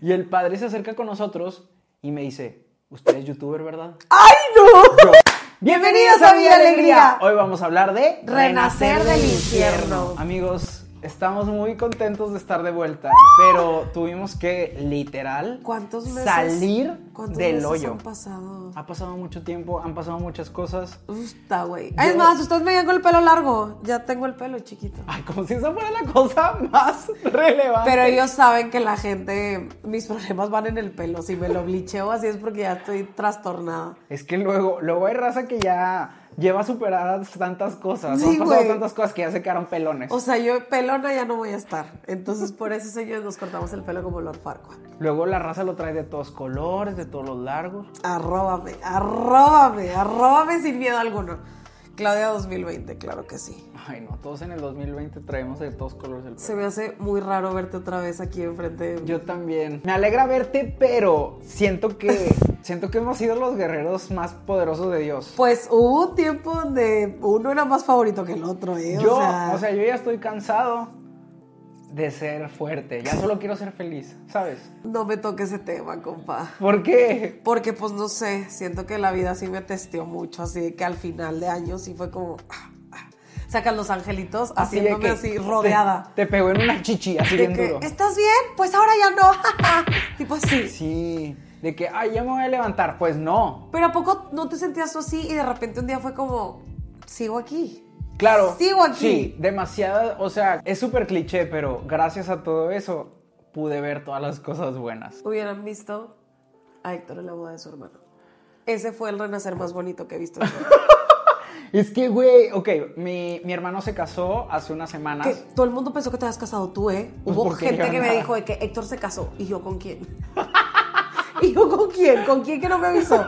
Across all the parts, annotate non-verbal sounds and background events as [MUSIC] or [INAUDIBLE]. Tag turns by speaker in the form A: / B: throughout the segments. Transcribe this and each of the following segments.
A: Y el padre se acerca con nosotros y me dice, usted es youtuber, ¿verdad?
B: ¡Ay, no!
A: Yo,
B: Ah, Bienvenidos a Vida Alegría.
A: Hoy vamos a hablar de
B: Renacer del infierno.
A: Amigos, estamos muy contentos de estar de vuelta, pero tuvimos que literal
B: ¿Cuántos meses?
A: salir
B: ¿Cuántos
A: del
B: meses
A: hoyo.
B: han pasado?
A: Ha pasado mucho tiempo, han pasado muchas cosas.
B: Puta, güey.
A: Yo-
B: Es más, ustedes me con el pelo largo. Ya tengo el pelo chiquito.
A: Ay, como si esa fuera la cosa [LAUGHS] más relevante.
B: Pero ellos saben que la gente, mis problemas van en el pelo. Si me lo blicheo así es porque ya estoy trastornada.
A: Es que luego, luego hay raza que ya lleva superadas tantas cosas.
B: Sí,
A: han pasado
B: güey.
A: tantas cosas que ya se quedaron pelones.
B: O sea, yo pelona ya no voy a estar. Entonces, por eso ellos nos cortamos el pelo como Lord Farquaad.
A: Luego la raza lo trae de todos colores, de todos los largos.
B: Arróbame, arróbame, arróbame sin miedo alguno. Claudia 2020, claro que sí.
A: Ay, no, todos en el 2020 traemos de todos colores el pelo.
B: Se me hace muy raro verte otra vez aquí enfrente de mí.
A: Yo también. Me alegra verte, pero siento que
B: [LAUGHS]
A: siento que hemos sido los guerreros más poderosos de Dios.
B: Pues hubo un tiempo donde uno era más favorito que el otro, ¿eh?
A: Yo,
B: o sea,
A: o sea, yo ya estoy cansado de ser fuerte. Ya solo quiero ser feliz, ¿sabes?
B: no me toque ese tema, compa.
A: ¿Por qué?
B: Porque, pues, no sé, siento que la vida sí me testeó mucho, así de que al final de año sí fue como... ah, ah. Sacan los angelitos
A: Así de
B: haciéndome
A: que
B: así,
A: te-
B: rodeada.
A: Te, pegó en una chichi, así [LAUGHS]
B: De
A: bien
B: que,
A: duro.
B: ¿estás bien? Pues ahora ya no. [LAUGHS] tipo así.
A: Sí, de que, ay, ya me voy a levantar. Pues no.
B: Pero ¿a poco no te sentías tú así y de repente un día fue como, sigo aquí?
A: Claro.
B: Sigo aquí.
A: Sí, demasiada, o sea, es súper cliché, pero gracias a todo eso pude ver todas las cosas buenas.
B: Hubieran visto a Héctor en la boda de su hermano. Ese fue el renacer más bonito que he visto.
A: Es que, güey, ok, mi, mi hermano se casó hace unas semanas.
B: que todo el mundo pensó que te habías casado tú, ¿eh?
A: Pues
B: Hubo
A: porque
B: gente
A: yo
B: que me
A: nada.
B: dijo de que Héctor se casó. ¿Y yo con quién? [LAUGHS] ¿Y yo con quién? ¿Con quién que no me avisó?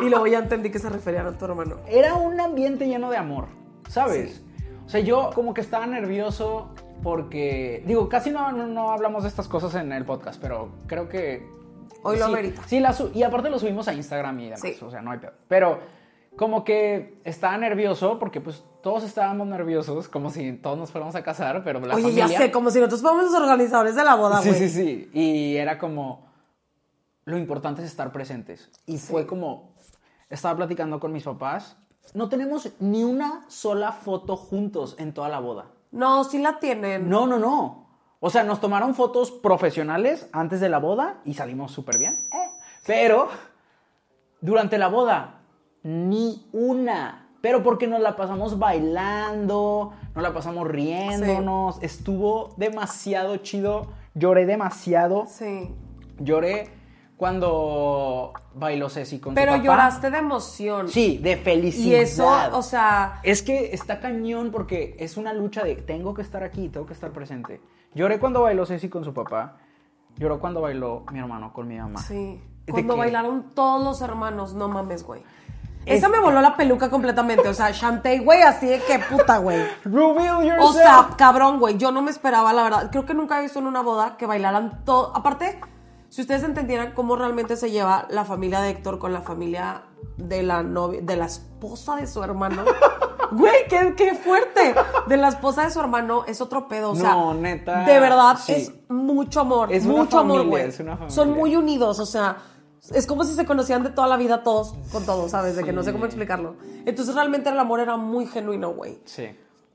B: Y luego ya entendí que se referían a tu hermano.
A: Era un ambiente lleno de amor, ¿sabes? O sea, yo como que estaba nervioso porque, digo, casi no, no- no hablamos de estas cosas en el podcast, pero creo que...
B: Hoy lo
A: sí,
B: amerita.
A: Sí, la su- y aparte lo subimos a Instagram y demás,
B: Sí.
A: o sea, no hay pedo. Pero como que estaba nervioso porque pues todos estábamos nerviosos, como si todos nos fuéramos a casar, pero la
B: Oye,
A: familia...
B: ya sé, como si nosotros fuéramos los organizadores de la boda,
A: Sí,
B: güey.
A: sí, sí. Y era como, lo importante es estar presentes. Y fue como, estaba platicando con mis papás. No tenemos ni una sola foto juntos en toda la boda.
B: No, sí la tienen.
A: No, no, no. O sea, nos tomaron fotos profesionales antes de la boda y salimos súper bien. Pero durante la boda, ni una. Pero porque nos la pasamos bailando, nos la pasamos riéndonos. Estuvo demasiado chido. Lloré demasiado.
B: Sí.
A: Lloré cuando bailó Ceci con
B: Pero
A: su papá.
B: lloraste de emoción.
A: Sí, de felicidad.
B: Y eso, o sea,
A: Es que está cañón porque es una lucha de tengo que estar aquí, tengo que estar presente. Lloré cuando bailó Ceci con su papá. Lloró cuando bailó mi hermano con mi mamá.
B: sí.
A: Ah, ¿De
B: Cuando
A: qué?
B: bailaron todos los hermanos, no mames, güey.
A: Es-
B: Esa me voló la peluca completamente. O sea, Shantae, güey, así de que puta, güey.
A: Reveal yourself.
B: O sea, cabrón, güey. Yo no me esperaba, la verdad. Creo que nunca he visto en una boda que bailaran todo. Aparte, si ustedes entendieran cómo realmente se lleva la familia de Héctor con la familia de la novia, de la esposa de
A: [LAUGHS]
B: su hermano. Güey, qué, qué fuerte. De la esposa de su hermano es otro pedo. O sea,
A: No, neta,
B: De verdad,
A: sí.
B: es mucho amor.
A: Es una
B: mucho amor,
A: familia,
B: güey.
A: es una familia.
B: Son muy unidos, o sea. Es como si se conocían de toda la vida todos con todos, ¿sabes? De que no sé cómo explicarlo. Entonces realmente el amor era muy genuino, güey.
A: sí.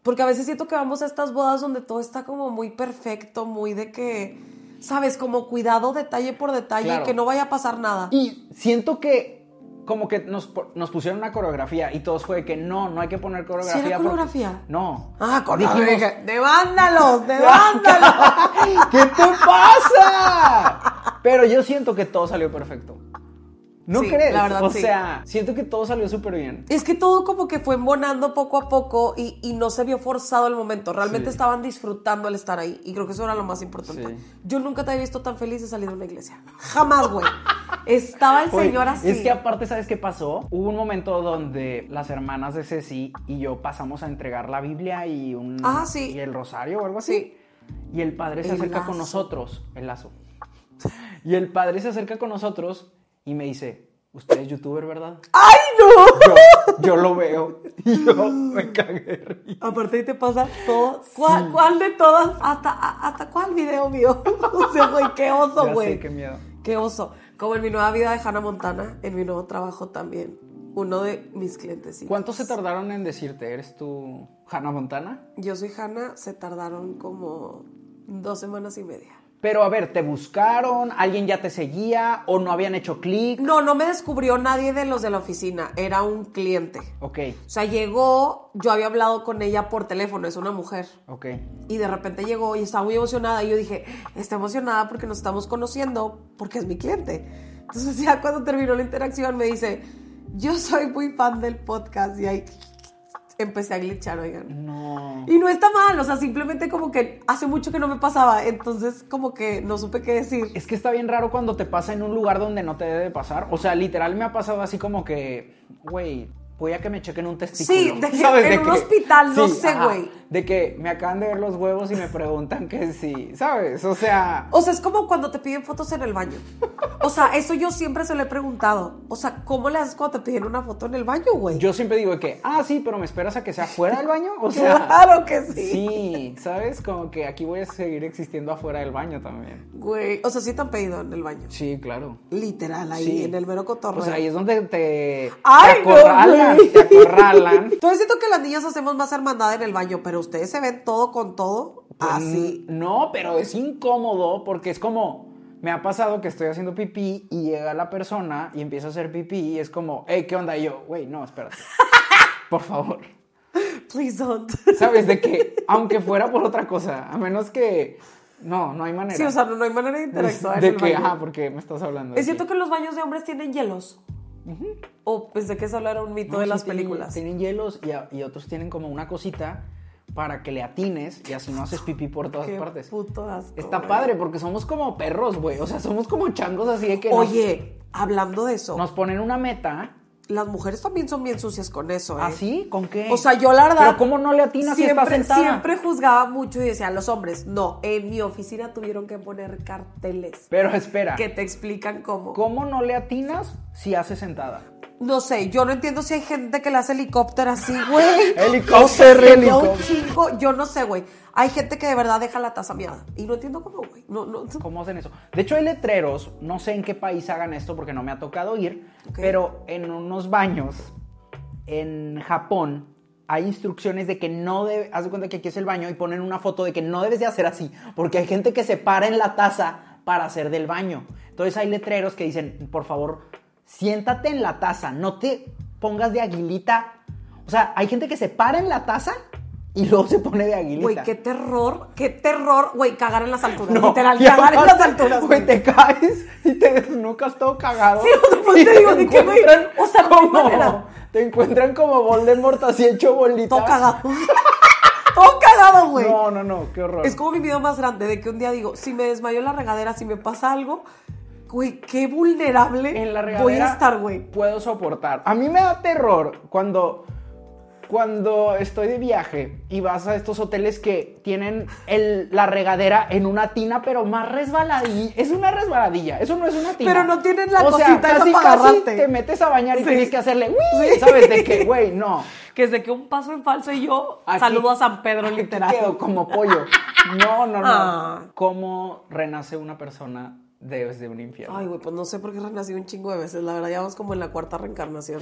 B: Porque a veces siento que vamos a estas bodas donde todo está como muy perfecto, muy de que, sabes, como cuidado detalle por detalle
A: Claro.
B: y que no vaya a pasar nada.
A: Y siento que como que nos, po- nos pusieron una coreografía y todos fue de que no, no hay que poner coreografía.
B: ¿Sí era
A: porque-
B: coreografía?
A: No.
B: ah, con
A: Dijimos,
B: dije,
A: [LAUGHS]
B: de vándalos, de vándalos.
A: ¿Qué te pasa? Pero yo siento que todo salió perfecto. ¿No
B: Sí,
A: crees?
B: la verdad,
A: o
B: sí.
A: sea, siento que todo salió súper bien.
B: Es que todo como que fue embonando poco a poco y, y no se vio forzado el momento. Realmente
A: Sí.
B: estaban disfrutando el estar ahí y creo que eso era lo más importante.
A: Sí.
B: Yo nunca te había visto tan feliz de salir de una iglesia. Jamás, güey. Estaba el
A: Oye,
B: señor así.
A: Es que aparte, ¿sabes qué pasó? Hubo un momento donde las hermanas de Ceci y yo pasamos a entregar la Biblia y un
B: Ah, sí.
A: y el rosario o algo así. Y el padre se
B: El
A: acerca con
B: lazo.
A: nosotros, el lazo. Y el padre se acerca con nosotros y me dice, "Usted es youtuber, ¿verdad?"
B: ¡Ay, no!
A: Yo, yo lo veo [LAUGHS] y yo me cagué de risa.
B: Aparte ahí te pasa todo. ¿Cuál, cuál de todas? ¿Hasta, a- ¿Hasta cuál video vio? [LAUGHS] o sea, güey, qué oso,
A: Ya sé,
B: güey.
A: qué miedo.
B: Qué oso. Como en mi nueva vida de Hannah Montana, en mi nuevo trabajo también. Uno de mis clientes. sí.
A: ¿Cuánto se tardaron en decirte, eres tú Hannah Montana?
B: Yo soy Hannah, se tardaron como dos semanas y media.
A: Pero a ver, ¿te buscaron? ¿Alguien ya te seguía? ¿O no habían hecho clic?
B: No, no me descubrió nadie de los de la oficina, era un cliente.
A: Ok,
B: O sea, llegó, yo había hablado con ella por teléfono, es una mujer.
A: ok.
B: Y de repente llegó y estaba muy emocionada. Y yo dije, está emocionada porque nos estamos conociendo, porque es mi cliente. Entonces ya cuando terminó la interacción me dice, yo soy muy fan del podcast. Y ahí empecé a glitchar, oigan.
A: No.
B: Y no está mal, o sea, simplemente como que hace mucho que no me pasaba. Entonces como que no supe qué decir.
A: Es que está bien raro cuando te pasa en un lugar donde no te debe pasar. O sea, literal me ha pasado así como que, güey, voy a que me chequen un testículo.
B: Sí, de que en un hospital, no sé, güey.
A: De que me acaban de ver los huevos y me preguntan que sí, ¿sabes? O sea,
B: O sea, es como cuando te piden fotos en el baño. O sea, eso yo siempre se lo he preguntado. O sea, ¿cómo le haces cuando te piden una foto en el baño, güey?
A: yo siempre digo de que, ah, sí, pero me esperas a que sea fuera del baño. O sea,
B: claro que sí.
A: sí, ¿sabes? Como que aquí voy a seguir existiendo afuera del baño también.
B: Güey, o sea, sí te han pedido en el baño.
A: Sí, claro.
B: Literal, ahí
A: Sí.
B: en el mero cotorreo.
A: O sea, ahí es donde te, te
B: ¡Ay, no,
A: acorralan,
B: güey!
A: te
B: [LAUGHS]
A: acorralan.
B: Entonces siento que las niñas hacemos más hermandad en el baño, pero ustedes se ven todo con todo
A: Pues, [LAUGHS]
B: así.
A: No, pero es incómodo porque es como. Me ha pasado que estoy haciendo pipí y llega la persona y empieza a hacer pipí y es como, hey, ¿qué onda? Y yo, güey, no,
B: [LAUGHS]
A: espérate. Por favor.
B: Please don't.
A: ¿Sabes? De que, aunque fuera por otra cosa, a menos que. No, no hay manera. [LAUGHS]
B: Sí, o sea, no, no hay manera de interactuar. en
A: de
B: el
A: que, ah,
B: baño.
A: ajá, porque me estás hablando. de
B: Es cierto que los baños de hombres tienen hielos. O pensé que eso era un mito
A: No,
B: de
A: sí
B: las
A: tienen-
B: películas.
A: Tienen, hielos y, a- y otros tienen como una cosita para que le atines y así no haces pipí por todas
B: Qué
A: partes.
B: puto asco,
A: Está
B: güey.
A: padre porque somos como perros, güey. O sea, somos como changos así de que nos-
B: Oye, hablando de eso,
A: nos, ponen una meta.
B: las mujeres también son bien sucias con eso, ¿eh?
A: ¿Así? ¿Ah, ¿Con qué?
B: O sea, yo la verdad.
A: Pero ¿cómo no le atinas si está sentada?
B: Siempre juzgaba mucho y decía, los hombres, no, en mi oficina tuvieron que poner carteles
A: Pero espera.
B: que te explican cómo.
A: ¿Cómo no le atinas si haces sentada?
B: No sé, yo no entiendo si hay gente que le hace helicóptero así, güey.
A: Helicóptero,
B: O sea, que veo un
A: helicóptero.
B: chingo, yo no sé, güey. Hay gente que de verdad deja la taza miada. Y no entiendo cómo, güey. No, no.
A: ¿Cómo hacen eso? De hecho, hay letreros, no sé en qué país hagan esto porque no me ha tocado ir,
B: Ok.
A: pero en unos baños en Japón hay instrucciones de que no debe, haz de cuenta que aquí es el baño y ponen una foto de que no debes de hacer así, porque hay gente que se para en la taza para hacer del baño. Entonces hay letreros que dicen, por favor, siéntate en la taza, no te pongas de aguilita. O sea, hay gente que se para en la taza y luego se pone de aguilita.
B: Güey, qué terror, qué terror, güey, cagar en las alturas.
A: No,
B: literal,
A: y
B: cagar en las
A: aparte,
B: alturas.
A: [LAUGHS] Güey, te caes y te desnucas todo cagado.
B: Sí, o sea, pues,
A: Y
B: te digo, ¿de qué, güey?
A: encuentran
B: O sea, no hay manera.
A: como, te encuentran como Voldemort así hecho bolita.
B: Todo cagado. [LAUGHS] Todo cagado, güey.
A: No, no, no, qué horror.
B: Es como mi miedo más grande de que un día digo, si me desmayo en la regadera, si me pasa algo, güey, qué vulnerable
A: en la regadera
B: voy a estar, güey.
A: Puedo soportar. A mí me da terror cuando cuando estoy de viaje y vas a estos hoteles que tienen el- la regadera en una tina, pero más resbaladilla. Es una resbaladilla, eso no es una tina.
B: Pero no tienen la
A: o sea,
B: cosita esa
A: casi,
B: para
A: casi
B: agarrarte.
A: te metes a bañar y
B: Sí.
A: tienes que hacerle, "Uy",
B: Sí.
A: ¿sabes? De que, güey,
B: [LAUGHS]
A: no.
B: Que se que un paso en falso y yo
A: Aquí-
B: saludo a San Pedro,
A: aquí
B: literal.
A: quedo como pollo. No, no, no.
B: Ah.
A: ¿Cómo renace una persona desde un infierno?
B: Ay, güey, pues no sé por qué renací un chingo de veces. La verdad, ya vamos como en la cuarta [LAUGHS] reencarnación.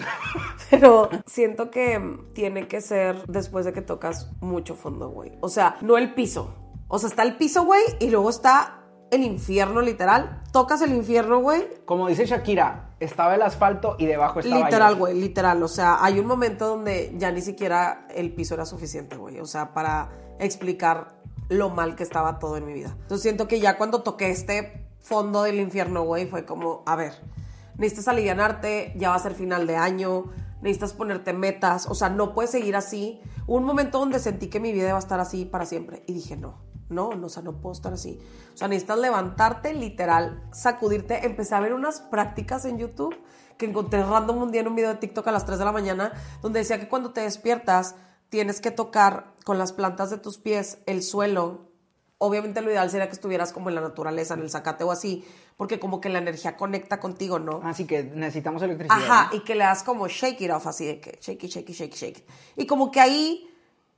B: Pero siento que mm, tiene que ser después de que tocas mucho fondo, güey. O sea, no el piso. O sea, está el piso, güey, y luego está el infierno, literal. Tocas el infierno, güey,
A: Como dice Shakira, estaba el asfalto y debajo estaba
B: Literal,
A: yo.
B: güey, literal. O sea, hay un momento donde ya ni siquiera el piso era suficiente, güey. O sea, para explicar lo mal que estaba todo en mi vida. Entonces siento que ya cuando toqué este fondo del infierno, güey, fue como, a ver, necesitas alivianarte, ya va a ser final de año, necesitas ponerte metas, o sea, no puedes seguir así. Hubo un momento donde sentí que mi vida iba a estar así para siempre y dije, no, no, no, o sea, no puedo estar así. O sea, necesitas levantarte literal, sacudirte. Empecé a ver unas prácticas en YouTube que encontré random un día en un video de TikTok a las 3 de la mañana, donde decía que cuando te despiertas tienes que tocar con las plantas de tus pies el suelo. Obviamente lo ideal sería que estuvieras como en la naturaleza, en el zacate o así, porque como que la energía conecta contigo, ¿no?
A: Así que necesitamos electricidad.
B: Ajá,
A: ¿no?
B: y que le das como shake it off, así de que shake it, shake it, shake it, shake it. Y como que ahí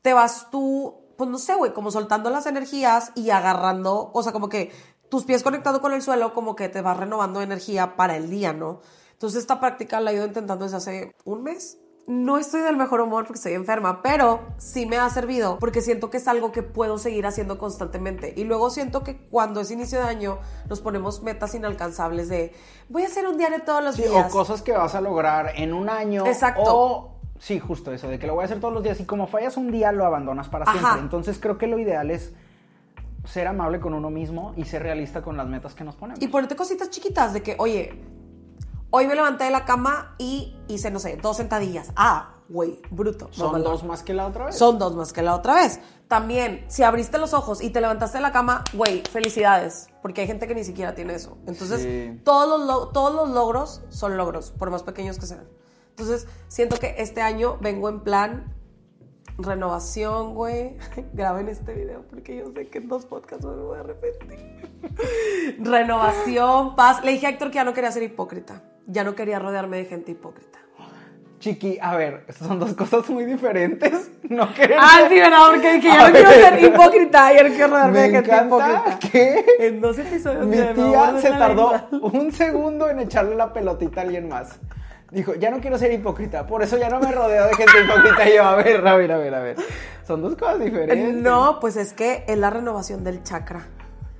B: te vas tú, pues no sé, güey, como soltando las energías y agarrando, o sea, como que tus pies conectados con el suelo, como que te vas renovando energía para el día, ¿no? Entonces esta práctica la he ido intentando desde hace un mes. No estoy del mejor humor porque estoy enferma, pero sí me ha servido porque siento que es algo que puedo seguir haciendo constantemente. Y luego siento que cuando es inicio de año nos ponemos metas inalcanzables de voy a hacer un diario todos los
A: Sí,
B: días.
A: o cosas que vas a lograr en un año.
B: Exacto.
A: O, sí, justo eso, de que lo voy a hacer todos los días. Y como fallas un día, lo abandonas para
B: Ajá.
A: siempre. Entonces creo que lo ideal es ser amable con uno mismo y ser realista con las metas que nos ponemos.
B: Y ponerte cositas chiquitas de que, oye, hoy me levanté de la cama y hice, no sé, dos sentadillas. Ah, güey, bruto.
A: Son
B: mamalón.
A: dos más que la otra vez.
B: Son dos más que la otra vez. También, si abriste los ojos y te levantaste de la cama, güey, felicidades. Porque hay gente que ni siquiera tiene eso. Entonces,
A: Sí.
B: todos, los, lo- todos los logros son logros, por más pequeños que sean. Entonces, siento que este año vengo en plan renovación, güey. [LAUGHS] Graben este video porque yo sé que en dos podcasts no me voy a arrepentir. [LAUGHS] renovación, paz. Le dije a Héctor que ya no quería ser hipócrita. Ya no quería rodearme de gente hipócrita.
A: Chiqui, a ver, estas son dos cosas muy diferentes. [LAUGHS] No queremos.
B: Ah, sí, ¿verdad? Porque dije,
A: A
B: yo no quiero
A: ver.
B: ser hipócrita, yo no quiero rodarme
A: Me
B: de gente
A: encanta
B: hipócrita.
A: que
B: En dos [LAUGHS] episodios
A: Mi
B: de
A: tía
B: Memoria
A: se
B: de la
A: tardó
B: Vida.
A: [LAUGHS] un segundo en echarle la pelotita a alguien más. Dijo, ya no quiero ser hipócrita, por eso ya no me rodeo de gente hipócrita. Y yo, a ver, a ver, a ver, a ver. Son dos cosas diferentes.
B: No, pues es que es la renovación del chakra.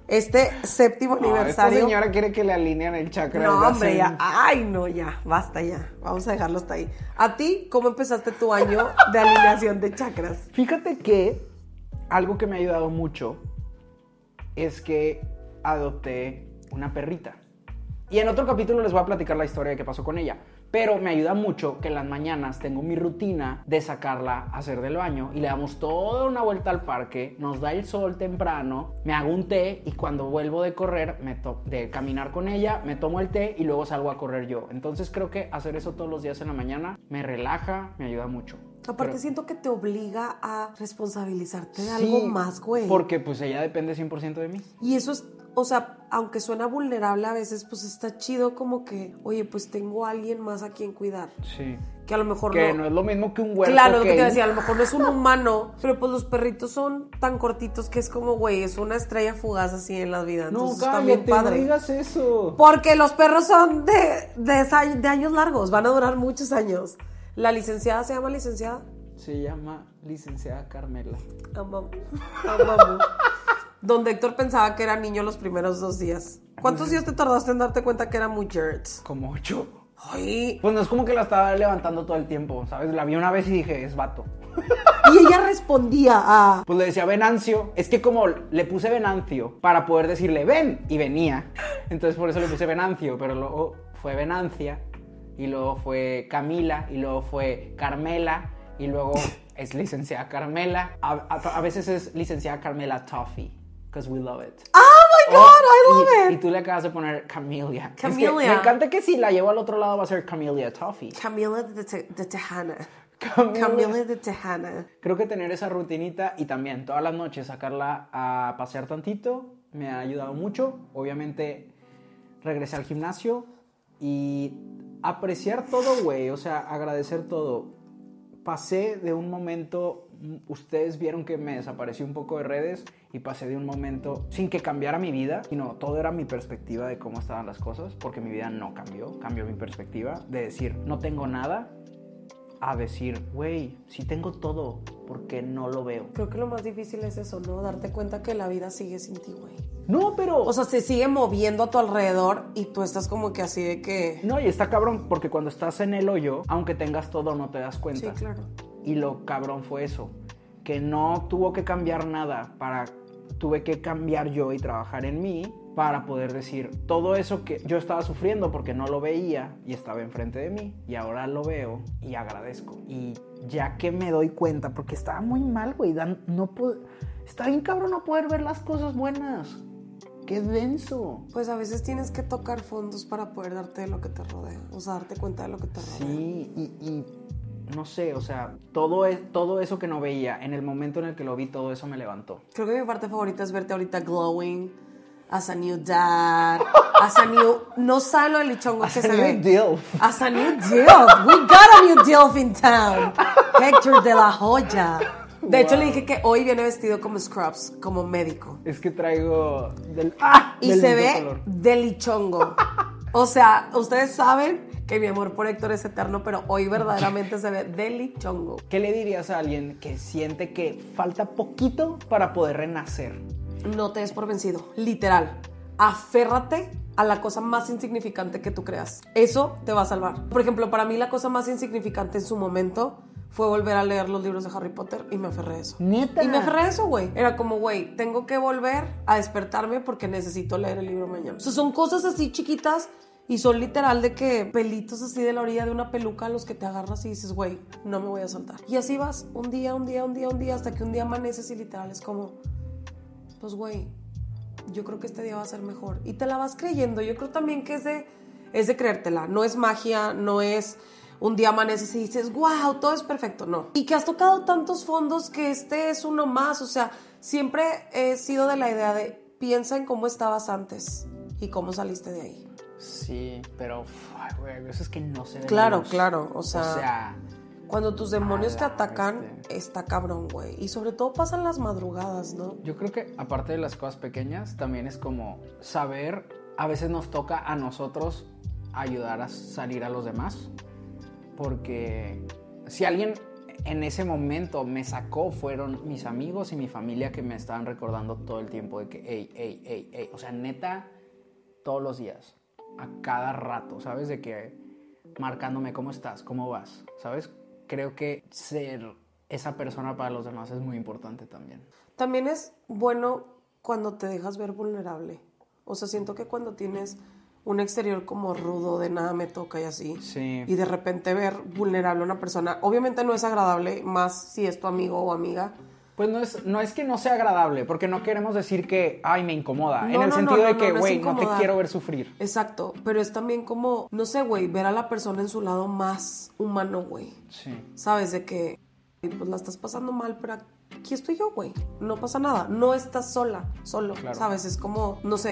B: Este séptimo
A: No,
B: aniversario.
A: Ah, Esta señora quiere que le alinean el chakra.
B: No,
A: desde
B: hombre,
A: hace-
B: ya. Ay, no, ya. Basta ya. Vamos a dejarlo hasta ahí. ¿A ti cómo empezaste tu año de alineación de chakras?
A: Fíjate que algo que me ha ayudado mucho es que adopté una perrita. Y en otro capítulo les voy a platicar la historia de qué pasó con ella. Pero me ayuda mucho que en las mañanas tengo mi rutina de sacarla a hacer del baño y le damos toda una vuelta al parque, nos da el sol temprano, me hago un té y cuando vuelvo de correr, me to- de caminar con ella, me tomo el té y luego salgo a correr yo. Entonces creo que hacer eso todos los días en la mañana me relaja, me ayuda mucho.
B: Aparte,
A: Pero-
B: siento que te obliga a responsabilizarte de algo
A: Sí,
B: más, güey.
A: Porque pues ella depende 100% de mí.
B: Y eso es, o sea, aunque suena vulnerable a veces, pues está chido como que, oye, pues tengo a alguien más a quien cuidar.
A: Sí.
B: Que a lo mejor
A: Que
B: no.
A: no es lo mismo que un huerco.
B: Claro, lo que te
A: gay.
B: decía, a lo mejor
A: [LAUGHS]
B: no es un humano, pero pues los perritos son tan cortitos que es como, güey, es una estrella fugaz así en la vida.
A: No,
B: Entonces está bien
A: cállate, no
B: padre.
A: digas eso.
B: Porque los perros son de, de, esa- de años largos, van a durar muchos años. La licenciada se llama licenciada.
A: Se llama licenciada Carmela.
B: Amamu. Amamu. [LAUGHS] Donde Héctor pensaba que era niño los primeros dos días. ¿Cuántos días te tardaste en darte cuenta que era muy jerks?
A: Como ocho.
B: Ay.
A: Pues no es como que la estaba levantando todo el tiempo, ¿sabes? La vi una vez y dije, es vato.
B: Y ella respondía a.
A: Pues le decía Venancio. Es que como le puse Venancio para poder decirle ven y venía. Entonces por eso le puse Venancio, pero luego fue Venancia y luego fue Camila y luego fue Carmela y luego es licenciada Carmela. A, a- a veces es licenciada Carmela Toffee, because we love it.
B: ¡Oh my god!
A: O-
B: ¡I love
A: y, Y
B: it!
A: tú le acabas de poner Camelia. Es que
B: Camelia.
A: me encanta que si la llevo al otro lado va a ser Camelia Toffee.
B: Camila de, Te- de Tejana.
A: Camelia.
B: Camila de Tejana.
A: Creo que tener esa rutinita y también todas las noches sacarla a pasear tantito me ha ayudado mucho. Obviamente regresé al gimnasio y apreciar todo, güey, o sea, agradecer todo. Pasé de un momento, ustedes vieron que me desaparecí un poco de redes y pasé de un momento sin que cambiara mi vida, sino todo era mi perspectiva de cómo estaban las cosas, porque mi vida no cambió, cambió mi perspectiva de decir, no tengo nada, a decir, güey, si tengo todo, ¿por qué no lo veo?
B: Creo que lo más difícil es eso, ¿no? Darte cuenta que la vida sigue sin ti, güey.
A: No, pero...
B: O sea, se sigue moviendo a tu alrededor y tú estás como que así de que.
A: no, y está cabrón, porque cuando estás en el hoyo, aunque tengas todo, no te das
B: Sí,
A: cuenta.
B: claro.
A: Y lo cabrón fue eso, que no tuvo que cambiar nada para tuve que cambiar yo y trabajar en mí para poder decir todo eso que yo estaba sufriendo porque no lo veía y estaba enfrente de mí y ahora lo veo y agradezco. Y ya que me doy cuenta, porque estaba muy mal, güey, dan- no pude- Está bien cabrón no poder ver las cosas buenas. Qué denso.
B: Pues a veces tienes que tocar fondos para poder darte de lo que te rodea, o sea, darte cuenta de lo que te rodea.
A: Sí, y, y no sé, o sea, todo, es, todo eso que no veía, en el momento en el que lo vi, todo eso me levantó.
B: Creo que mi parte favorita es verte ahorita glowing, as a new dad, as a new... No saben lo del lichongo que se ve. As a new DILF. We got a new DILF in town. Hector de la Joya. De hecho, le dije que hoy viene vestido como Scrubs, como médico.
A: Es que traigo del... ¡Ah!
B: Y
A: Del
B: se
A: mismo
B: ve
A: color.
B: de lichongo. O sea, ustedes saben que mi amor por Héctor es eterno, pero hoy verdaderamente se ve de lichongo.
A: ¿Qué le dirías a alguien que siente que falta poquito para poder renacer?
B: No te des por vencido, literal. Aférrate a la cosa más insignificante que tú creas. Eso te va a salvar. Por ejemplo, para mí la cosa más insignificante en su momento fue volver a leer los libros de Harry Potter y me aferré a eso.
A: Neta.
B: Y me aferré a eso, güey. Era como, güey, tengo que volver a despertarme porque necesito leer el libro mañana. O sea, son cosas así chiquitas y son literal de que pelitos así de la orilla de una peluca a los que te agarras y dices, güey, no me voy a soltar. Y así vas un día, un día, un día, un día, hasta que un día amaneces y literal es como, pues güey, yo creo que este día va a ser mejor. Y te la vas creyendo. Yo creo también que es de, es de creértela. No es magia, no es un día amaneces y dices, wow, todo es perfecto. No. Y que has tocado tantos fondos que este es uno más. O sea, siempre he sido de la idea de piensa en cómo estabas antes y cómo saliste de ahí.
A: Sí, pero, uf, ay, güey, eso es que no se ve. la
B: Claro,
A: luz.
B: claro. O
A: O
B: sea,
A: sea,
B: cuando tus demonios te
A: a la
B: atacan, está cabrón, güey. Y sobre todo pasan las madrugadas, ¿no?
A: yo creo que aparte de las cosas pequeñas, también es como saber, a veces nos toca a nosotros ayudar a salir a los demás, porque si alguien en ese momento me sacó fueron mis amigos y mi familia que me estaban recordando todo el tiempo de que, hey, hey, hey, hey, o sea, neta, todos los días, a cada rato, ¿sabes? De que marcándome cómo estás, cómo vas, ¿sabes? Creo que ser esa persona para los demás es muy importante también.
B: También es bueno cuando te dejas ver vulnerable. O sea, siento que cuando tienes un exterior como rudo, de nada me toca y así,
A: Sí.
B: y de repente ver vulnerable a una persona, obviamente no es agradable, más si es tu amigo o amiga.
A: Pues no es, no es que no sea agradable, porque no queremos decir que, ay, me incomoda,
B: No,
A: en el
B: no,
A: sentido
B: no,
A: de
B: no,
A: que,
B: no, no es
A: güey, no, te
B: incomodar.
A: quiero ver sufrir.
B: Exacto, pero es también como, no sé, güey, ver a la persona en su lado más humano, güey.
A: Sí.
B: Sabes de que y pues la estás pasando mal, pero aquí estoy yo, güey. No pasa nada, no estás sola, solo,
A: Claro.
B: sabes, es como, no sé,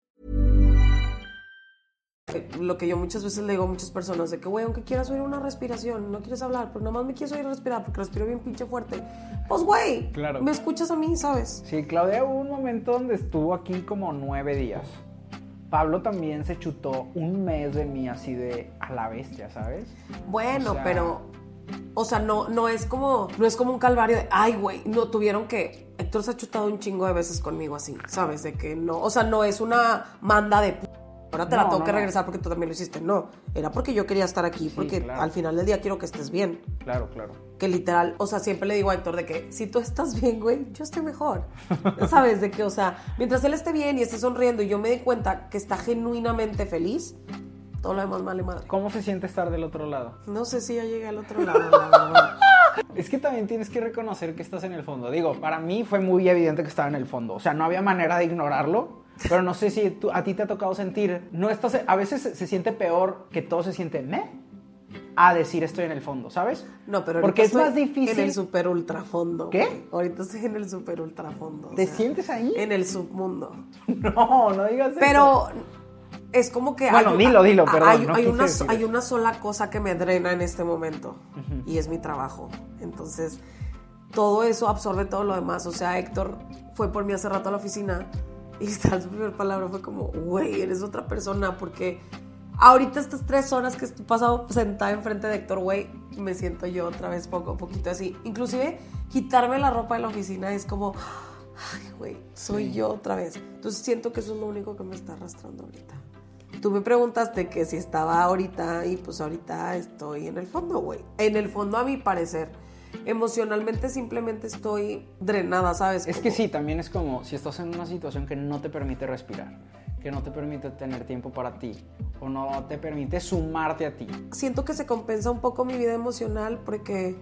B: lo que yo muchas veces le digo a muchas personas de que, güey, aunque quieras oír una respiración, no quieres hablar, pero nada más me quieres oír respirar porque respiro bien pinche fuerte. Pues, güey,
A: Claro.
B: me escuchas a mí, ¿sabes?
A: Sí, Claudia hubo un momento donde estuvo aquí como nueve días. Pablo también se chutó un mes de mí así de a la bestia, ¿sabes?
B: Bueno,
A: O sea-
B: pero, o sea, no, no es como, no es como un calvario de, ay, güey, no tuvieron que, Héctor se ha chutado un chingo de veces conmigo así, ¿sabes? De que no, o sea, no es una manda de p- Ahora te la
A: No,
B: tengo
A: no,
B: que
A: no.
B: regresar porque tú también lo hiciste. No, era porque yo quería estar aquí, porque
A: claro.
B: al final del día quiero que estés bien.
A: Claro, claro.
B: que literal, o sea, siempre le digo a Héctor de que si tú estás bien, güey, yo estoy mejor. [LAUGHS] ¿Sabes? De que, o sea, mientras él esté bien y esté sonriendo y yo me dé cuenta que está genuinamente feliz, todo lo demás vale madre.
A: ¿Cómo se siente estar del otro lado?
B: No sé si ya llegué al otro lado. la verdad.
A: Es que también tienes que reconocer que estás en el fondo. Digo, para mí fue muy evidente que estaba en el fondo. O sea, no había manera de ignorarlo. Pero no sé si tú- a ti te ha tocado sentir. No estás. A veces se, se siente peor que todo se siente me a decir estoy en el fondo, ¿sabes?
B: No, pero
A: Porque es
B: ahorita
A: más
B: estoy
A: difícil.
B: En el super ultrafondo.
A: ¿Qué?
B: güey. Ahorita estoy en el super ultrafondo. o
A: ¿Te
B: sea,
A: sientes ahí?
B: En el submundo.
A: [LAUGHS] No, no digas eso.
B: Pero es como que.
A: Bueno,
B: un-
A: dilo, dilo, perdón,
B: Hay,
A: no
B: hay
A: quise
B: una,
A: decir
B: hay
A: eso.
B: una sola cosa que me drena en este momento y es mi trabajo. Entonces, todo eso absorbe todo lo demás. O sea, Héctor fue por mí hace rato a la oficina y [LAUGHS] tal, su primera palabra fue como, güey, eres otra persona porque. Ahorita estas tres horas que he pasado sentada enfrente de Héctor, güey, me siento yo otra vez poco a poquito así. Inclusive quitarme la ropa de la oficina es como, Ay, güey, soy yo otra vez. Entonces siento que eso es lo único que me está arrastrando ahorita. Tú me preguntaste que si estaba ahorita y pues ahorita estoy en el fondo, güey. En el fondo a mi parecer. Emocionalmente simplemente estoy drenada, ¿sabes?
A: Es que
B: Como-
A: sí, también es como si estás en una situación que no te permite respirar, que no te permite tener tiempo para ti, o no te permite sumarte a ti.
B: Siento que se compensa un poco mi vida emocional porque,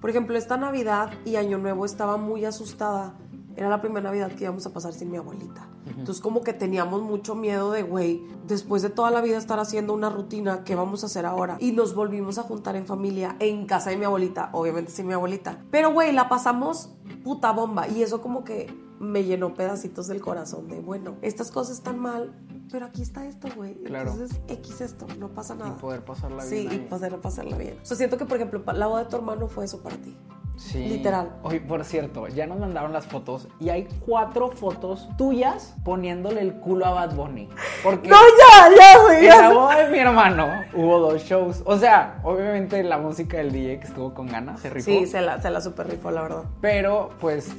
B: por ejemplo, esta Navidad y Año Nuevo estaba muy asustada. Era la primera Navidad que íbamos a pasar sin mi abuelita. Entonces como que teníamos mucho miedo de, güey, después de toda la vida estar haciendo una rutina, ¿qué vamos a hacer ahora? Y nos volvimos a juntar en familia, en casa de mi abuelita, obviamente sin mi abuelita. Pero, güey, la pasamos puta bomba. Y eso como que me llenó pedacitos del corazón de, bueno, estas cosas están mal, pero aquí está esto, güey.
A: Claro.
B: Entonces, X esto, no pasa nada.
A: poder pasarla
B: Ah. sí,
A: bien
B: Sí, y
A: ahí.
B: poder pasarla bien. O sea, siento que, por ejemplo, pa- la boda de tu hermano fue eso para ti.
A: Sí.
B: Literal.
A: Oye, por cierto, ya nos mandaron las fotos y hay cuatro fotos tuyas poniéndole el culo a Bad Bunny. Porque
B: ya, ya,
A: en la boda de mi hermano hubo dos shows. O sea, obviamente la música del DJ que estuvo con ganas se rifó.
B: Sí, se la, se la super rifó, la verdad.
A: Pero pues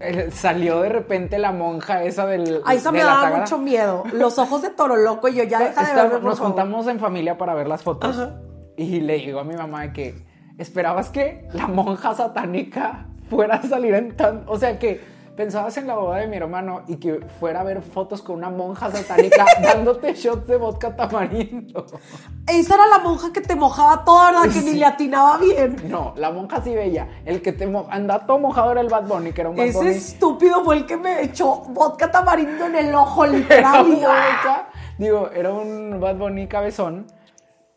A: eh, salió de repente la monja esa del.
B: Ahí se
A: de
B: Ah, me
A: la
B: daba
A: Sagrada.
B: mucho miedo. Los ojos de toro loco y yo ya deja de
A: Está-
B: verme, por
A: nos
B: favor.
A: juntamos en familia para ver las fotos. Y le digo a mi mamá de que esperabas que la monja satánica fuera a salir en tan. O sea que pensabas en la boda de mi hermano y que fuera a ver fotos con una monja
B: [LAUGHS]
A: satánica dándote shots de vodka tamarindo.
B: Esa era la monja que te mojaba toda, ¿verdad? Que ni le atinaba bien.
A: No, la monja sí veía. El que te mo- andaba todo mojado era el Bad Bunny, que era un Bad
B: Ese
A: Bunny.
B: estúpido fue el que me echó vodka tamarindo en
A: [LAUGHS]
B: el ojo,
A: Era
B: literal.
A: un
B: y yo,
A: vodka. Digo, era un Bad Bunny cabezón.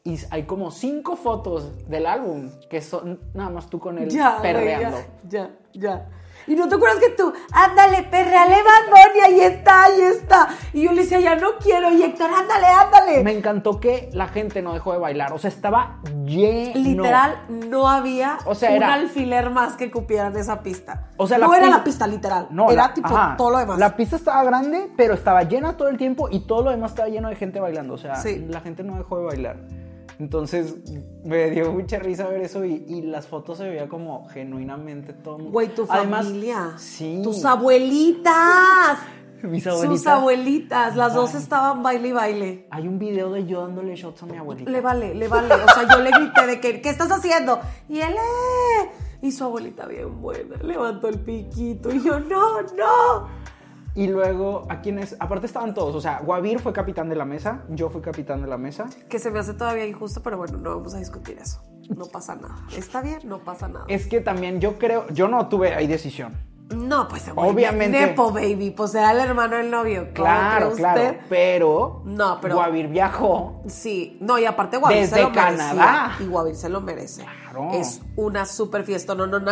A: Y hay como cinco fotos del álbum que son nada más tú con él
B: Ya, güey,
A: perreando.
B: ya, ya, ya. Y no te acuerdas que tú, ándale, perreale, Bad Bunny, ahí está, ahí está. Y yo le decía, ya no quiero, y Héctor, ándale, ándale.
A: Me encantó que la gente no dejó de bailar. O sea, estaba lleno.
B: Literal, no había
A: O sea,
B: un
A: era-
B: alfiler más que cupiera en esa pista.
A: O sea,
B: no
A: la
B: era
A: pista-
B: la pista, literal.
A: No,
B: era
A: la-
B: tipo
A: ajá.
B: todo lo demás.
A: La pista estaba grande, pero estaba llena todo el tiempo y todo lo demás estaba lleno de gente bailando. O sea,
B: Sí.
A: la gente no dejó de bailar. Entonces me dio mucha risa ver eso y, y las fotos se veía como genuinamente todo. el mundo.
B: Güey, tu
A: Además,
B: familia.
A: Sí.
B: Tus abuelitas.
A: [LAUGHS] Mis
B: Sus
A: abuelitas.
B: abuelitas. Las dos estaban baile y baile.
A: Hay un video de yo dándole shots a mi abuelita.
B: Le vale, le vale. O sea, yo le grité de que, ¿qué estás haciendo? Y él, "Eh". Y su abuelita bien buena, levantó el piquito. Y yo, no, no.
A: Y luego, ¿a quienes Aparte estaban todos. O sea, Guavir fue capitán de la mesa, yo fui capitán de la mesa.
B: Que se me hace todavía injusto, pero bueno, no vamos a discutir eso. No pasa nada. Está bien, no pasa nada.
A: Es que también yo creo, yo no tuve ahí decisión.
B: No, pues güey,
A: Obviamente.
B: Nepo, baby. Pues era el hermano del novio. ¿Cómo
A: Claro,
B: cree
A: claro.
B: usted?
A: Pero,
B: No, pero-
A: Guavir viajó.
B: Sí, no, y aparte Guavir
A: Desde
B: se lo
A: Canadá.
B: merecía. Y Guavir se lo merece.
A: Claro.
B: Es una super fiesta, no, no, no.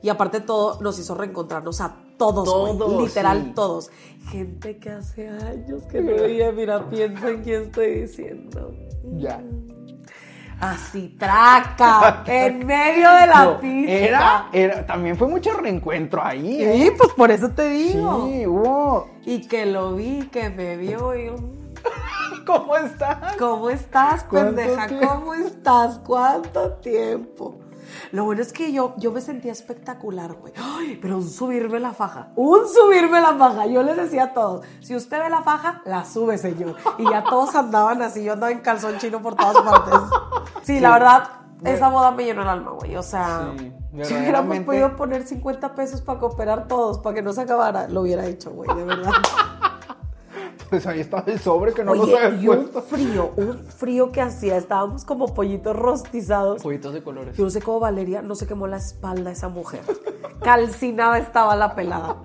B: Y aparte de todo, nos hizo reencontrarnos a todos, güey,
A: Todos,
B: literal
A: sí.
B: todos. Gente que hace años que no veía, mira, piensa en quién estoy diciendo.
A: Ya.
B: Así,
A: Ah, [LAUGHS]
B: traca, en medio de la
A: No,
B: pista.
A: era, era, también fue mucho reencuentro ahí. ¿eh?
B: Sí, pues por eso te
A: Sí,
B: digo.
A: wow.
B: Y que lo vi, que me vio y yo,
A: ¿Cómo estás?
B: ¿Cómo estás,
A: ¿Cuánto
B: pendeja?
A: tiempo?
B: ¿Cómo estás? ¿Cuánto tiempo? Lo bueno es que yo, yo me sentía espectacular, güey. Ay, Pero un subirme la faja. Un subirme la faja. Yo les decía a todos, si usted ve la faja, la sube, señor. Y ya todos andaban así, yo andaba en calzón chino por todas partes. Sí, la verdad, esa boda me llenó el alma, güey. O sea,
A: Sí,
B: si hubiéramos
A: verdaderamente.
B: podido poner 50 pesos para cooperar todos, para que no se acabara, lo hubiera hecho, güey, de verdad.
A: Pues ahí estaba el sobre que no nos
B: Oye,
A: habían
B: y un
A: puesto.
B: frío, un frío que hacía. Estábamos como pollitos rostizados.
A: Juguitos de colores.
B: Yo no sé cómo Valeria no se quemó la espalda esa mujer. Calcinada estaba la pelada.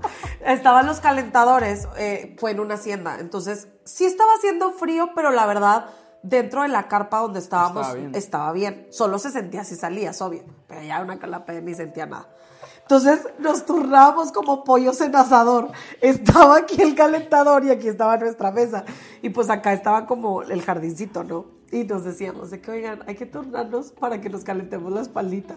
B: Estaban los calentadores, eh, fue en una hacienda. Entonces, sí estaba haciendo frío, pero la verdad, dentro de la carpa donde estábamos,
A: Estaba bien.
B: estaba bien. Solo se sentía si salías, obvio. Pero ya una calapa ni sentía nada. Entonces nos turnábamos como pollos en asador. Estaba aquí el calentador y aquí estaba nuestra mesa. Y pues acá estaba como el jardincito, ¿no? Y nos decíamos de que, oigan, hay que turnarnos para que nos calentemos la espaldita.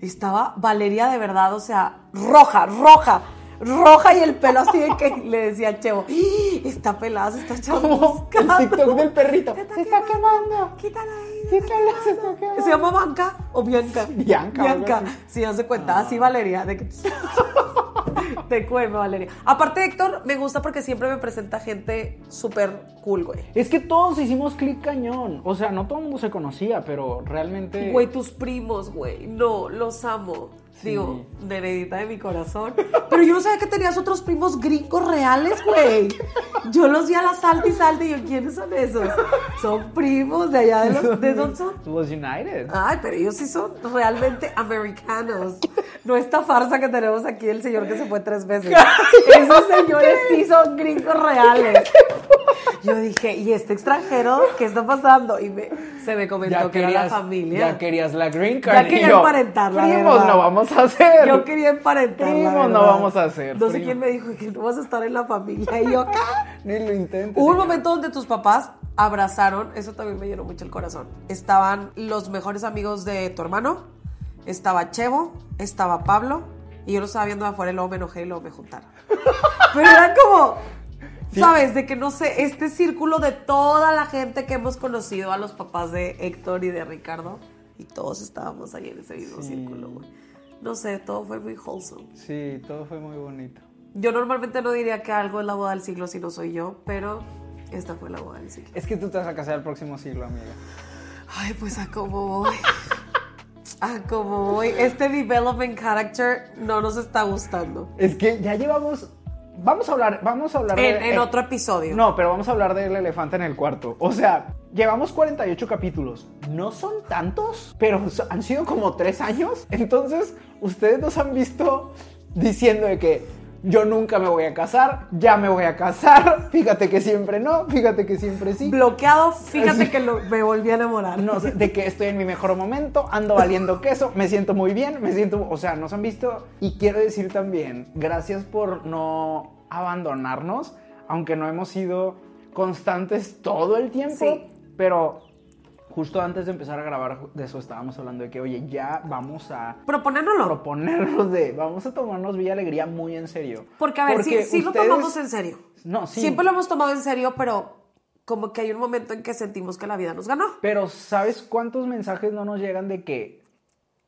B: Estaba Valeria de verdad, o sea, roja, roja, roja y el pelo así
A: [LAUGHS]
B: de que le decía a Chevo, "Ih, está pelada, se está
A: Como
B: chamuscando.
A: el TikTok del perrito.
B: Se está,
A: Se está
B: quemando.
A: quemando.
B: Quítala ahí.
A: Quítala, se está quemando.
B: ¿Se llama Banca o Bianca?
A: Bianca,
B: Bianca.
A: algo así.
B: Sí, hace cuenta. Así, Valeria. De que... [LAUGHS] Te cuelgo, Valeria. Aparte, Héctor, me gusta porque siempre me presenta gente súper cool, güey.
A: Es que todos hicimos clic cañón. O sea, no todo el mundo se conocía, pero realmente.
B: Güey, tus primos, güey. No, los amo. Digo, neredita de mi corazón. Pero yo no sabía que tenías otros primos gringos reales, güey. Yo los vi a la salta y salta y yo, ¿quiénes son esos? Son primos de allá de los... ¿De dónde son?
A: Los United.
B: Ay, pero ellos sí son realmente americanos. No esta farsa que tenemos aquí del señor que se fue tres
A: [LAUGHS]
B: veces. Esos señores sí son gringos reales. Yo dije, ¿y este extranjero qué está pasando? Y me- se me comentó que era la familia.
A: ya querías la green card.
B: Ya
A: y
B: quería
A: yo,
B: emparentar, la
A: Primos
B: verdad.
A: no vamos a hacer.
B: Yo quería emparentar. la
A: Primos no
B: verdad.
A: vamos a hacer.
B: No sé
A: primo.
B: quién me dijo que no vas a estar en la familia. Y yo, ¿qué?
A: Ni lo intentes. ¿eh?
B: Hubo un momento donde tus papás abrazaron, eso también me llenó mucho el corazón. Estaban los mejores amigos de tu hermano, estaba Chevo, estaba Pablo, y yo lo estaba viendo de afuera y luego me enojé y luego me juntaron. Pero era como, ¿sabes? De que no sé, este círculo de toda la gente que hemos conocido, a los papás de Héctor y de Ricardo, y todos estábamos ahí en ese mismo círculo, güey. No sé, todo fue muy wholesome.
A: Sí, todo fue muy bonito.
B: Yo normalmente no diría que algo es la boda del siglo si no soy yo, pero esta fue la boda del siglo.
A: Es que tú te vas a casar el próximo siglo, amiga.
B: Ay, pues a cómo voy. A cómo voy. Este development character no nos está gustando.
A: Es que ya llevamos. Vamos a hablar, vamos a hablar de-
B: En, en
A: eh,
B: otro episodio.
A: No, pero vamos a hablar del elefante en el cuarto. O sea, llevamos 48 capítulos. No son tantos, pero so- han sido como tres años. Entonces, ustedes nos han visto diciendo de que yo nunca me voy a casar, ya me voy a casar, [LAUGHS] fíjate que siempre no, fíjate que siempre sí.
B: Bloqueado, fíjate que lo- me volví a enamorar.
A: No, sé, de que estoy en mi mejor momento, ando valiendo queso, me siento muy bien, me siento, o sea, nos han visto y quiero decir también, gracias por no abandonarnos, aunque no hemos sido constantes todo el tiempo,
B: Sí.
A: pero justo antes de empezar a grabar de eso estábamos hablando de que, oye, ya vamos a
B: Proponénolo.
A: proponernos de, vamos a tomarnos Villa Alegría muy en serio.
B: Porque a ver, sí, sí lo
A: ustedes-
B: tomamos en serio.
A: No, sí.
B: Siempre lo hemos tomado en serio, pero como que hay un momento en que sentimos que la vida nos ganó.
A: Pero ¿sabes cuántos mensajes no nos llegan de que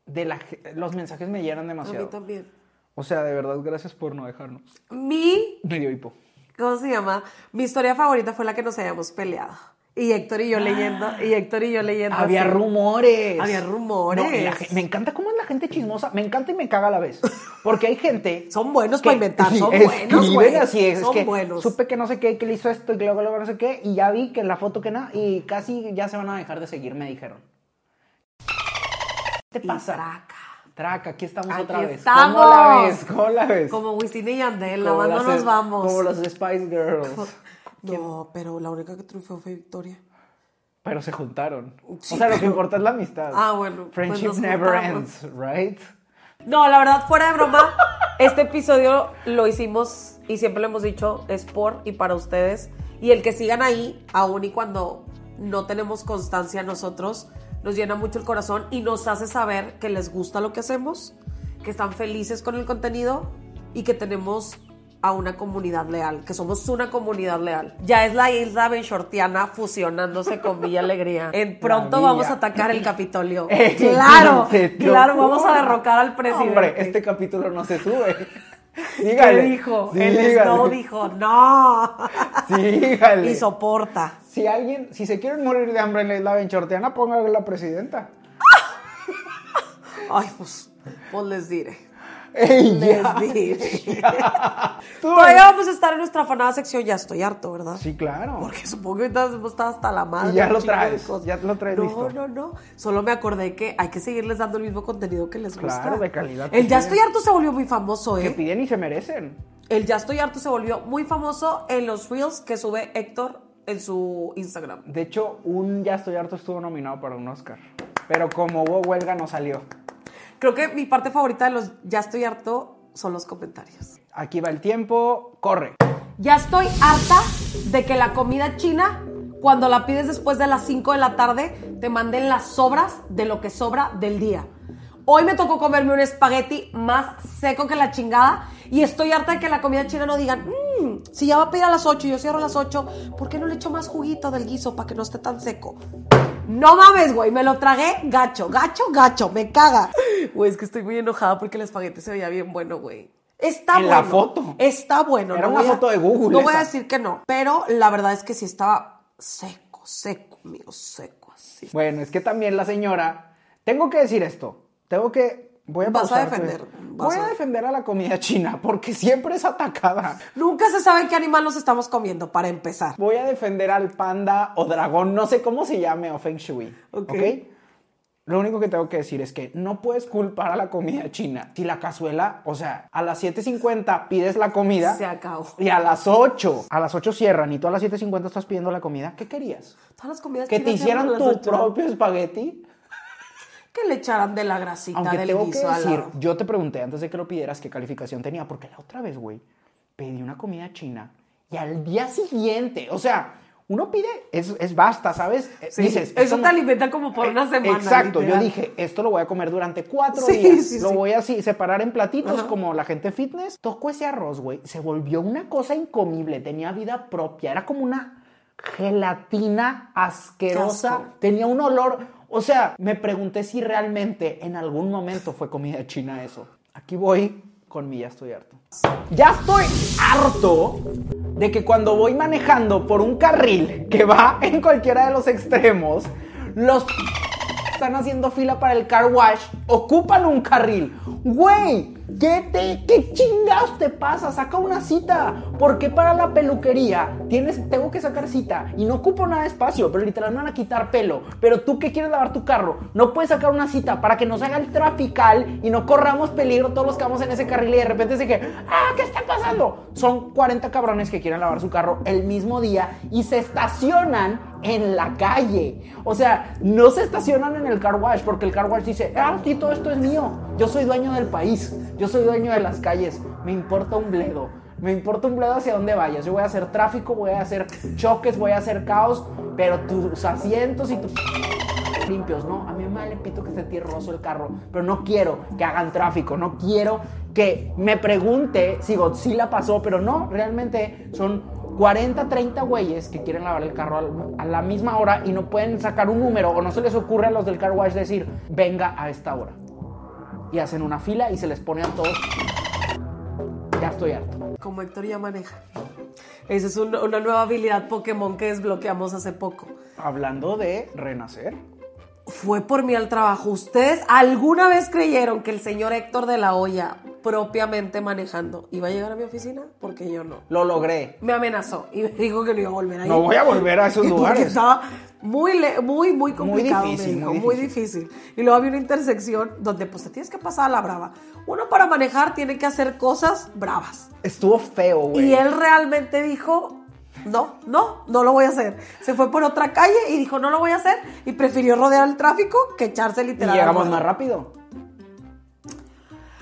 A: de la ge- los mensajes me llegan
B: A mí
A: demasiado?
B: también.
A: O sea, de verdad, gracias por no dejarnos.
B: Mi
A: Medio hipo.
B: ¿cómo se llama? Mi historia favorita fue la que nos habíamos peleado. Y Héctor y yo leyendo, y Héctor y yo leyendo.
A: Había
B: así.
A: rumores.
B: Había rumores.
A: No, y la ge- me encanta cómo es la gente chismosa. Me encanta y me caga a la vez. Porque hay gente.
B: [LAUGHS] Son buenos para
A: [LAUGHS]
B: inventar,
A: sí,
B: son buenos,
A: escriben
B: güey.
A: así es, es
B: Son
A: que
B: buenos.
A: Supe que no sé qué, que le hizo esto y que luego, luego no sé qué. Y ya vi que la foto que nada. Y casi ya se van a dejar de seguir, me dijeron. ¿Qué te
B: Y
A: pasa?
B: traca.
A: Traca, aquí estamos
B: Aquí
A: otra vez.
B: estamos.
A: ¿Cómo la ves? ¿Cómo la ves?
B: Como Wisin y Yandel,
A: Como
B: lavando
A: las- em,
B: nos vamos.
A: Como los Spice
B: [LAUGHS]
A: Girls.
B: No, pero la única que triunfó fue Victoria.
A: Pero se juntaron.
B: Sí,
A: o sea, lo que
B: pero-
A: importa es la amistad.
B: Ah, bueno, pues
A: Friendship
B: nos
A: never
B: juntamos.
A: ends, right?
B: No, la verdad, fuera de broma, este episodio lo hicimos y siempre lo hemos dicho, es por y para ustedes. Y el que sigan ahí, aún y cuando no tenemos constancia nosotros, nos llena mucho el corazón y nos hace saber que les gusta lo que hacemos, que están felices con el contenido y que tenemos a una comunidad leal, que somos una comunidad leal. Ya es la isla benchortiana fusionándose con Villa Alegría. En pronto
A: La
B: vamos
A: villa.
B: a atacar el Capitolio.
A: Eh, [LAUGHS]
B: claro,
A: se te
B: claro,
A: ocurra.
B: vamos a derrocar al presidente.
A: Hombre, este capítulo no se sube.
B: [LAUGHS] ¿Qué
A: Sígale.
B: dijo?
A: Sígale.
B: el Snow dijo, no.
A: [LAUGHS] Sígale.
B: Y soporta.
A: Si alguien, si se quieren morir de hambre en la isla benchorteana,
B: [LAUGHS]
A: pónganle la presidenta.
B: Ay, pues, pues les diré.
A: ¡Ey, [LAUGHS] ya!
B: [LAUGHS] Les diré.
A: [LAUGHS]
B: Todavía vamos a estar en nuestra afanada sección. Ya estoy harto, ¿verdad?
A: Sí, claro.
B: Porque supongo que ahorita hemos estado hasta la madre.
A: Y ya
B: un
A: lo
B: chingo de
A: traes,
B: cosas.
A: ya lo traes
B: no,
A: listo.
B: No, no, Solo me acordé que hay que seguirles dando el mismo contenido que les gusta.
A: Claro, de calidad
B: El
A: también.
B: Ya estoy harto se volvió muy famoso,
A: Que
B: ¿eh?
A: piden y se merecen.
B: El Ya estoy harto se volvió muy famoso en los reels que sube Héctor en su Instagram.
A: De hecho, un Ya estoy harto estuvo nominado para un Oscar. Pero como hubo huelga, no salió.
B: Creo que mi parte favorita de los Ya estoy harto son los comentarios.
A: Aquí va el tiempo, corre.
B: Ya estoy harta de que la comida china, cuando la pides después de las 5 de la tarde, te manden las sobras de lo que sobra del día. Hoy me tocó comerme un espagueti más seco que la chingada y estoy harta de que la comida china no digan, "Mm, si ya va a pedir a las 8 y yo cierro a las 8, ¿por qué no le echo más juguito del guiso para que no esté tan seco? No mames, güey, me lo tragué gacho, gacho, gacho, me caga. Güey, es que estoy muy enojada porque el espagueti se veía bien bueno, güey. Está
A: En
B: bueno.
A: la foto.
B: Está bueno.
A: Era
B: no
A: una
B: voy a-
A: foto de Google
B: No voy
A: esa.
B: a decir que no, pero la verdad es que sí estaba seco, seco, amigo, seco, así.
A: Bueno, es que también la señora. Tengo que decir esto. Tengo que. Voy a
B: Vas a
A: pausar,
B: defender,
A: pues.
B: vas
A: Voy a
B: a-
A: defender a la comida china porque siempre es atacada.
B: Nunca se sabe qué animal nos estamos comiendo, para empezar.
A: Voy a defender al panda o dragón, no sé cómo se llame, o Feng Shui.
B: Ok.
A: ¿ok? Lo único que tengo que decir es que no puedes culpar a la comida china. Si la cazuela, o sea, a las 7.50 pides la comida.
B: Se acabó.
A: Y a las 8. A las 8 cierran y tú a las 7.50 estás pidiendo la comida. ¿Qué querías?
B: Todas las comidas
A: ¿Que te
B: chinas eran
A: hicieran
B: las
A: tu
B: ocho.
A: propio espagueti?
B: Que le echaran de la grasita
A: Aunque
B: del
A: tengo que
B: guiso al
A: decir,
B: lado.
A: yo te pregunté antes de que lo pidieras qué calificación tenía, porque la otra vez, güey, pedí una comida china y al día siguiente, o sea, uno pide, es, es basta, ¿sabes? Eh,
B: Sí,
A: Dices,
B: eso
A: esto
B: te
A: no-
B: alimenta como por una semana,
A: Exacto,
B: literal.
A: yo dije, esto lo voy a comer durante cuatro
B: Sí,
A: días,
B: sí,
A: lo
B: sí.
A: voy así, separar en platitos
B: Ajá.
A: como la gente fitness. Tocó ese arroz, güey, se volvió una cosa incomible, tenía vida propia, era como una gelatina
B: Qué
A: asquerosa,
B: asco.
A: tenía un olor. O sea, me pregunté si realmente en algún momento fue comida china eso. Aquí voy con mi ya estoy harto. Ya estoy harto de que cuando voy manejando por un carril que va en cualquiera de los extremos, los están haciendo fila para el car wash, ocupan un carril. Güey, ¿qué, te, ¿qué chingados te pasa? Saca una cita. Porque para la peluquería tienes, tengo que sacar cita y no ocupo nada de espacio, pero literal me van a quitar pelo. Pero tú que quieres lavar tu carro, no puedes sacar una cita para que nos haga el trafical y no corramos peligro todos los que vamos en ese carril y de repente se que, ah, ¿qué está pasando? Son 40 cabrones que quieren lavar su carro el mismo día y se estacionan en la calle. O sea, no se estacionan en el car wash porque el car wash dice, ah, sí, todo esto es mío. Yo soy dueño del país, yo soy dueño de las calles, me importa un bledo. Me importa un bledo hacia dónde vayas. Yo voy a hacer tráfico, voy a hacer choques, voy a hacer caos, pero tus asientos y tu limpios, ¿no? A mí me vale pito que esté tierroso el carro, pero no quiero que hagan tráfico, no quiero que me pregunte si Godzilla pasó, pero no, realmente son 40, 30 güeyes que quieren lavar el carro al- a la misma hora y no pueden sacar un número o no se les ocurre a los del car wash decir, venga a esta hora. Y hacen una fila y se les pone a todos. Ya estoy harto.
B: Como Héctor ya maneja. Esa es un- una nueva habilidad Pokémon que desbloqueamos hace poco.
A: Hablando de renacer.
B: fue por mí al trabajo. ¿Ustedes alguna vez creyeron que el señor Héctor de la Hoya, propiamente manejando, iba a llegar a mi oficina? Porque yo no.
A: Lo logré.
B: Me amenazó y me dijo que no iba a volver ahí.
A: No voy a volver a esos
B: Porque
A: lugares.
B: estaba muy, le- muy, muy complicado,
A: difícil,
B: me dijo,
A: muy
B: muy difícil. Y luego había una intersección donde pues te tienes que pasar a la brava. Uno para manejar tiene que hacer cosas bravas.
A: Estuvo feo, güey.
B: Y él realmente dijo, no, no, no lo voy a hacer. Se fue por otra calle y dijo, no lo voy a hacer. Y prefirió rodear el tráfico que echarse
A: y
B: literal. al
A: llegamos
B: ruedo.
A: más rápido.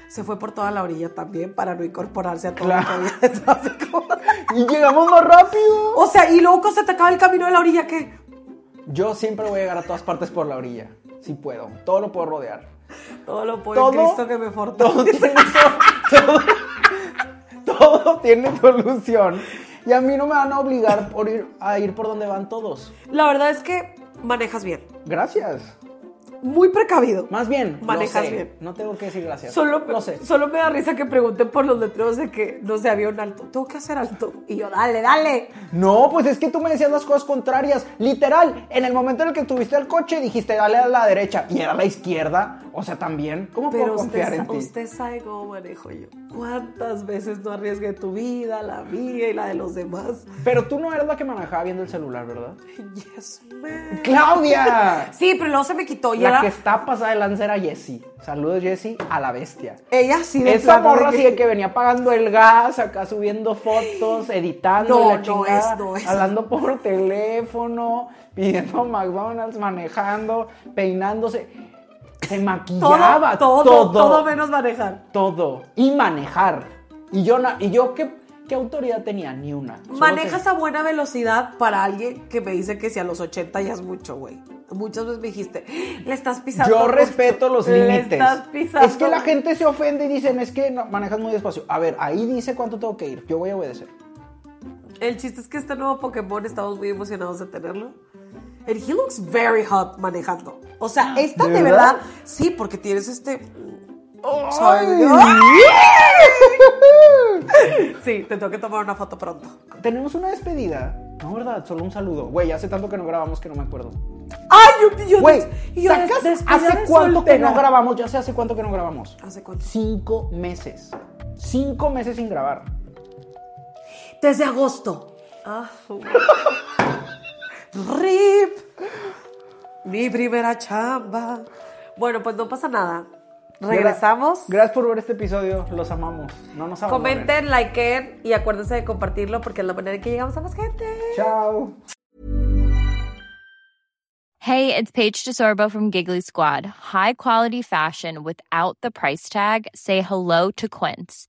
B: Se fue por toda la orilla también para no incorporarse a todo
A: Claro.
B: lo que había [LAUGHS] de tráfico.
A: [LAUGHS] Y llegamos más rápido.
B: o sea, y luego se te acaba el camino de la orilla que...
A: Yo siempre voy a llegar a todas partes por la orilla. Si puedo. Todo lo puedo rodear.
B: Todo lo puedo
A: Todo.
B: en Cristo que me [LAUGHS]
A: [LAUGHS] Todo
B: fortalece.
A: tiene, so- todo- todo tiene solución. Y a mí no me van a obligar por ir, a ir por donde van todos.
B: La verdad es que manejas bien.
A: Gracias.
B: Muy precavido.
A: Más bien. lo
B: Manejas
A: sé.
B: bien.
A: No tengo que decir gracias.
B: Solo,
A: lo sé.
B: solo me da risa que pregunten por los letreros de que no se había un alto. Tengo que hacer alto. Y yo, dale, dale.
A: No, pues es que tú me decías las cosas contrarias. Literal, en el momento en el que tuviste el coche dijiste dale a la derecha y era a la izquierda. O sea, también, ¿cómo
B: Pero
A: puedo
B: usted,
A: confiar en
B: sa-
A: ti?
B: usted sabe cómo manejo yo. ¿Cuántas veces no arriesgué tu vida, la mía y la de los demás? [LAUGHS]
A: Pero tú no eres la que manejaba viendo el celular, ¿verdad?
B: Yes, man.
A: ¡Claudia!
B: Sí, pero luego se me quitó.
A: [LAUGHS]
B: Y
A: la
B: era-
A: que está pasada de lanza era Jessie. Saludos, Jessie, a la bestia.
B: Ella sí de
A: Esa
B: plano de
A: morra
B: que-
A: así de que venía pagando el gas, acá subiendo
B: [LAUGHS]
A: fotos, editando
B: No,
A: y la
B: no
A: chingada,
B: es, no es.
A: hablando por teléfono, pidiendo McDonald's, manejando, peinándose. Se
B: Todo,
A: maquillaba
B: todo,
A: todo.
B: todo, menos manejar.
A: todo. Y manejar. Y yo, na- y yo ¿qué, qué autoridad tenía? Ni una. Solo
B: Manejas a buena velocidad para alguien que me dice que si a los 80 ya es mucho, güey. Muchas veces me dijiste, le estás
A: te-
B: pisando.
A: Yo
B: mucho,
A: respeto los
B: Le
A: límites.
B: estás pisando.
A: Es que la gente se ofende y dicen, es que no, manejas muy despacio. A ver, ahí dice cuánto tengo que ir. Yo voy a obedecer.
B: El chiste es que este nuevo Pokémon estamos muy emocionados de tenerlo. And he looks very hot manejando.
A: [GASPS]
B: O sea, esta
A: ¿De
B: de,
A: verdad?
B: verdad? sí, porque tienes este.
A: Ay.
B: [LAUGHS] Sí, te tengo que tomar una foto pronto.
A: Tenemos una despedida. No, ¿verdad? Solo un saludo. Güey, hace tanto que no grabamos que no me acuerdo.
B: Ay, yo, yo,
A: Güey,
B: yo des-
A: ¿sacas
B: despedida
A: hace
B: de
A: cuánto que
B: soltera.
A: no grabamos? Ya sé hace cuánto que no grabamos.
B: ¿Hace cuánto?
A: Cinco meses. Cinco meses sin grabar.
B: Desde agosto. Ah, su- [LAUGHS] Rip. Mi primera chamba. Bueno, pues no pasa nada. Regresamos.
A: Gra- Gracias por ver este episodio. Los amamos. No nos abandonen.
B: Comenten, likeen y acuérdense de compartirlo porque es la manera en que llegamos a más gente.
A: Chao.
C: Hey, it's Paige DeSorbo from Giggly Squad. High quality fashion without the price tag. Say hello to Quince.